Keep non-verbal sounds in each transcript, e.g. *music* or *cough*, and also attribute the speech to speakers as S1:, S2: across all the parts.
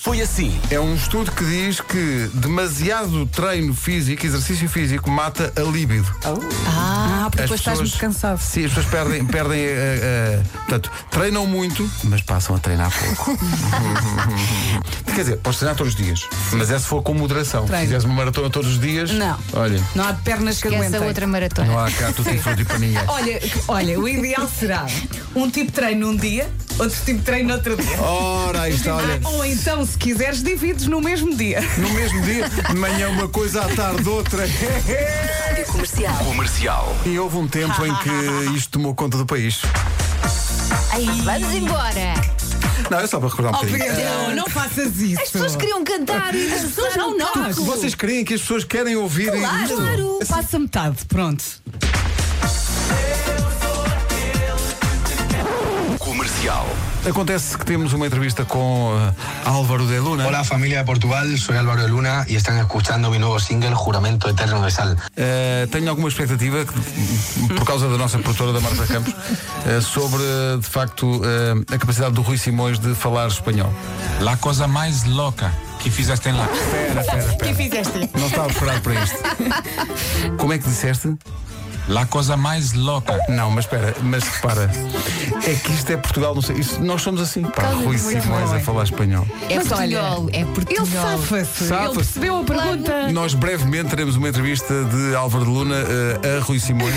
S1: Foi assim.
S2: É um estudo que diz que demasiado treino físico, exercício físico, mata a líbido.
S3: Ah,
S2: As
S3: porque depois estás muito cansado.
S2: Sim, as pessoas perdem, perdem a- a- portanto, treinam muito, mas passam a treinar pouco.
S3: *laughs*
S2: Quer dizer, podes treinar todos os dias, mas é se for com moderação. Se
S3: Treino.
S2: fizeres uma maratona todos os dias,
S3: Não.
S2: olha,
S3: Não há pernas que
S4: Esquece a
S3: aguentem.
S4: outra maratona.
S2: não há cá tudo fruto para
S3: *laughs*
S2: ninguém.
S3: Olha, que- olha, o ideal será um tipo de treino num dia, outro tipo de treino no outro dia.
S2: Ora, aí está, olha.
S3: Ou então, se quiseres, divides no mesmo dia.
S2: No mesmo dia, de manhã uma coisa, à tarde outra.
S5: Comercial.
S1: Comercial.
S2: E houve um tempo em que isto tomou conta do país.
S4: Ai, vamos embora.
S2: Não, é só para recordar um
S3: Oh,
S2: bocadinho.
S3: Pedro, não, não faças isso.
S4: As pessoas queriam cantar e as pessoas não nós.
S2: Vocês creem que as pessoas querem ouvir isto?
S4: Claro.
S3: Passa metade, pronto.
S1: Comercial.
S2: Acontece que temos uma entrevista com eh, Álvaro de Luna.
S6: Hola familia de Portugal, soy Álvaro de Luna y están escuchando mi nuevo single Juramento Eterno de Sal.
S2: Eh, tenho alguma expectativa, que, por causa da nossa produtora da Marta Campos, eh, sobre, de facto, eh, a capacidade do Rui Simões de falar espanhol.
S7: La cosa mais louca que fizeste em lá.
S2: Não estava preparado para isto. Como é que disseste?
S7: La cosa mais louca.
S2: Não, mas espera, mas repara. É que isto é Portugal, não sei. isto- nós somos assim. Pá,
S4: Causa
S2: Rui
S4: de muito
S2: Simões
S3: bom,
S2: a
S3: é.
S2: falar espanhol.
S4: É
S3: Mas olha,
S4: portunhol, é
S3: Ele
S4: portunhol.
S3: safa-se. Ele
S2: Safa-se.
S3: percebeu a pergunta.
S2: Nós brevemente teremos uma entrevista de Álvaro de Luna eh, a Rui Simões.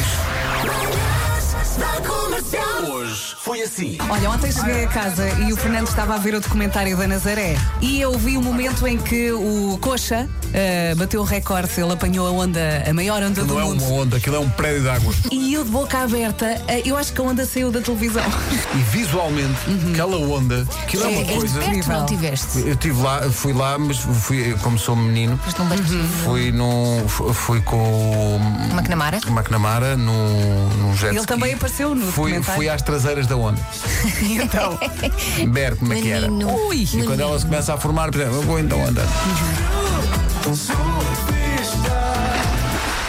S1: Hoje foi assim.
S3: Olha, ontem cheguei a casa e o Fernando estava a ver o documentário da Nazaré e eu vi o momento em que o Coxa eh, bateu o recorde, ele apanhou a onda, a maior onda do
S2: Não é
S3: mundo.
S2: uma onda, aquilo é um prédio de água.
S3: E eu de boca aberta, eh, eu acho que a onda saiu da televisão.
S2: E visualmente, aquela onda, aquilo é uma
S4: É, é
S2: coisa.
S4: esperto,
S3: incrível.
S4: não tiveste.
S2: Eu tive lá, fui lá, mas fui, como sou menino,
S4: Mas não vais
S2: fui, num, fu- fui com o
S4: McNamara?
S2: McNamara num, num jet
S3: Ele
S2: ski.
S3: também apareceu no
S2: fui,
S3: documentário.
S2: fui às traseiras da onda.
S3: então,
S2: Ver como é que era.
S4: Menino.
S3: Ui.
S2: E quando elas começam a formar, por exemplo, eu vou então andar.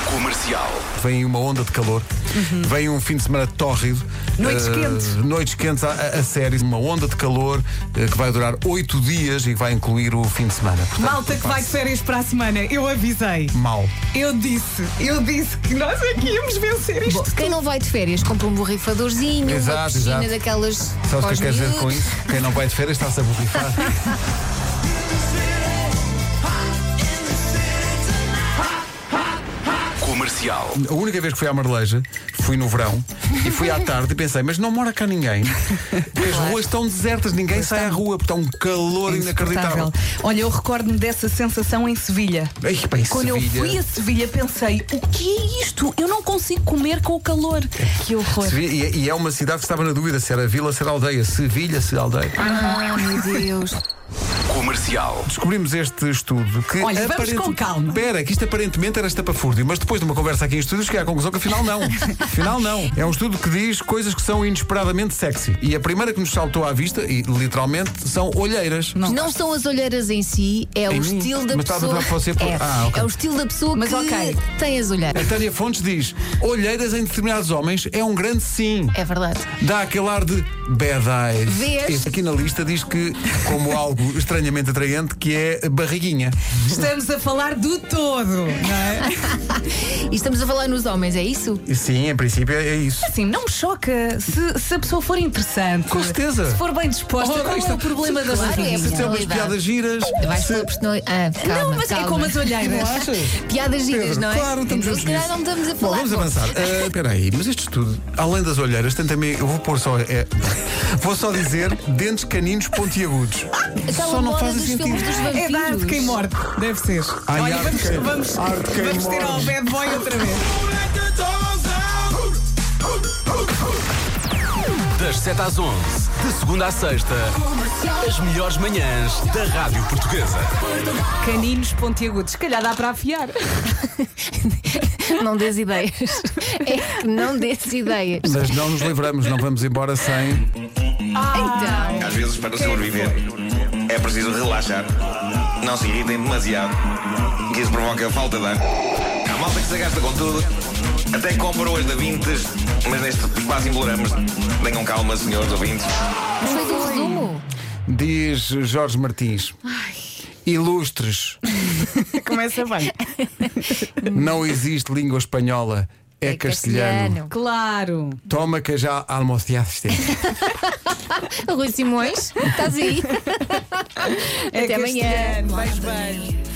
S1: Comercial.
S2: Vem uma onda de calor, vem um fim de semana tórrido.
S3: Uhum. Noites
S2: eh,
S3: quentes.
S2: Noites quentes a, a- a sério, uma onda de calor eh, que vai durar oito dias e vai incluir o fim de semana. Portanto,
S3: malta que vai de férias para a semana, eu avisei.
S2: mal.
S3: Eu disse, eu disse que nós aqui íamos vencer isto.
S4: Bom, quem não vai de férias, compra um borrifadorzinho, uma
S2: Exato,
S4: piscina
S2: exato.
S4: daquelas.
S2: Sabes o que
S4: para
S2: eu
S4: os
S2: quero dizer com
S4: miúdos.
S2: isso? Quem não vai de férias está-se a
S3: *laughs*
S2: borrifar.
S1: Comercial.
S2: A única vez que fui à Marleja fui no verão e fui à tarde e pensei, mas não mora cá ninguém. As ruas estão desertas, ninguém sai à rua, porque está um calor inacreditável.
S3: Insuportável. Olha, eu recordo-me dessa sensação em Sevilha.
S2: Ei, pá, em
S3: Quando
S2: Sevilha.
S3: eu fui a Sevilha, pensei: o que é isto? Eu não consigo comer com o calor. Que horror.
S2: Sevilha- e, e é uma cidade que estava na dúvida se era vila, se era aldeia, Sevilha, se aldeia.
S4: Ah, meu Deus.
S1: Comercial.
S2: Descobrimos este estudo que.
S3: Olha, vamos com calma.
S2: Espera, que isto aparentemente era estapafúrdio, mas depois de uma conversa aqui em estúdio cheguei à conclusão que afinal
S3: *laughs*
S2: não. afinal não. É um estudo que diz coisas que são inesperadamente sexy. E a primeira que nos saltou à vista, e literalmente, são olheiras.
S4: Não. são as olheiras em si, é o
S2: Em mim?
S4: estilo da
S2: Mas estava a
S4: pessoa.
S2: dar para você por-
S4: é,
S2: Ah, ok.
S4: é o estilo da pessoa
S3: Mas
S4: que
S3: ok.
S4: tem as
S2: A
S4: olheiras.
S2: Tânia Fontes diz: olheiras em determinados homens é um grande sim.
S4: É verdade.
S2: Dá aquele ar de bad eyes.
S4: Vês?
S2: Este aqui na lista diz que, como
S3: *laughs*
S2: algo estranhamente atraente, que é barriguinha.
S3: *laughs* Estamos a falar do todo, não é? *laughs*
S4: E estamos a falar nos homens, é isso?
S2: E Sim, em princípio é isso.
S3: Assim, não me choca se, se a pessoa for interessante.
S2: Com certeza.
S3: Se for bem disposta,
S2: Ora,
S3: qual é
S2: isto-
S3: o problema da
S4: Claro,
S3: sua
S4: é
S2: Se
S3: vida?
S2: tem umas
S4: Realidade.
S2: piadas giras.
S4: Vais
S2: se-
S4: pela personalidade. Ah, calma,
S3: Não, mas
S4: calma.
S3: é como as olheiras.
S4: Piadas giras,
S2: Pedro,
S4: não é?
S2: Claro, estamos
S4: Então,
S2: juntos
S4: se calhar
S2: nisso.
S4: não estamos a
S2: Bom,
S4: falar.
S2: vamos
S4: Bom,
S2: avançar.
S4: *laughs*
S2: Ah, Espera aí, mas este estudo, além das olheiras, tem também. Eu vou pôr só. é, *laughs* vou só dizer dentes caninos pontiagudos.
S4: Aquela
S2: só não
S4: moda
S2: fazem
S4: dos
S2: sentido.
S4: filmes dos vampiros.
S3: É da arte quem morde, deve ser.
S2: Ai,
S3: Olha,
S2: arte
S3: vamos,
S2: quem-
S3: vamos,
S2: arte quem
S3: vamos ter ao
S2: morde.
S3: bad boy outra vez.
S1: Das 7 às 11, de segunda à sexta, as melhores manhãs da Rádio Portuguesa.
S3: Caninos pontiagudos, se calhar dá para afiar.
S4: *laughs* Não
S2: *laughs*
S4: dês ideias. É que não dês ideias.
S2: Mas não nos livramos, não vamos embora sem.
S4: Então,
S8: Às vezes, para sobreviver, é preciso relaxar. Não se irritem demasiado, que isso provoca falta de ar. Há malta que se gasta com tudo, até compra hoje da Vintes, mas neste quase imploramos. Tenham calma, senhores ouvintes.
S4: mas fez um resumo.
S2: Diz Jorge Martins. Ilustres,
S9: Começa
S3: *laughs*
S9: bem.
S3: É
S2: não existe língua espanhola, é,
S4: É
S2: castelhano.
S4: castelhano.
S3: Claro.
S2: Toma que já almoçaste.
S4: Rui Simões, estás aí.
S3: É
S4: Até amanhã.
S3: castelhano. Beijo, beijo.